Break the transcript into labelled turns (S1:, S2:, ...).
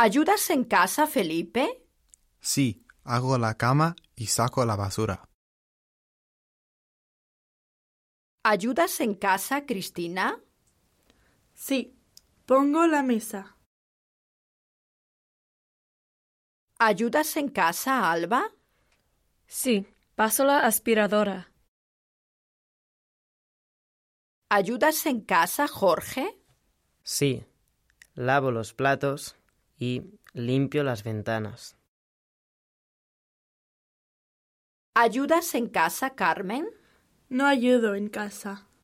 S1: ¿Ayudas en casa, Felipe?
S2: Sí, hago la cama y saco la basura.
S1: ¿Ayudas en casa, Cristina?
S3: Sí, pongo la mesa.
S1: ¿Ayudas en casa, Alba?
S4: Sí, paso la aspiradora.
S1: ¿Ayudas en casa, Jorge?
S5: Sí, lavo los platos y limpio las ventanas.
S1: ¿Ayudas en casa, Carmen?
S3: No ayudo en casa.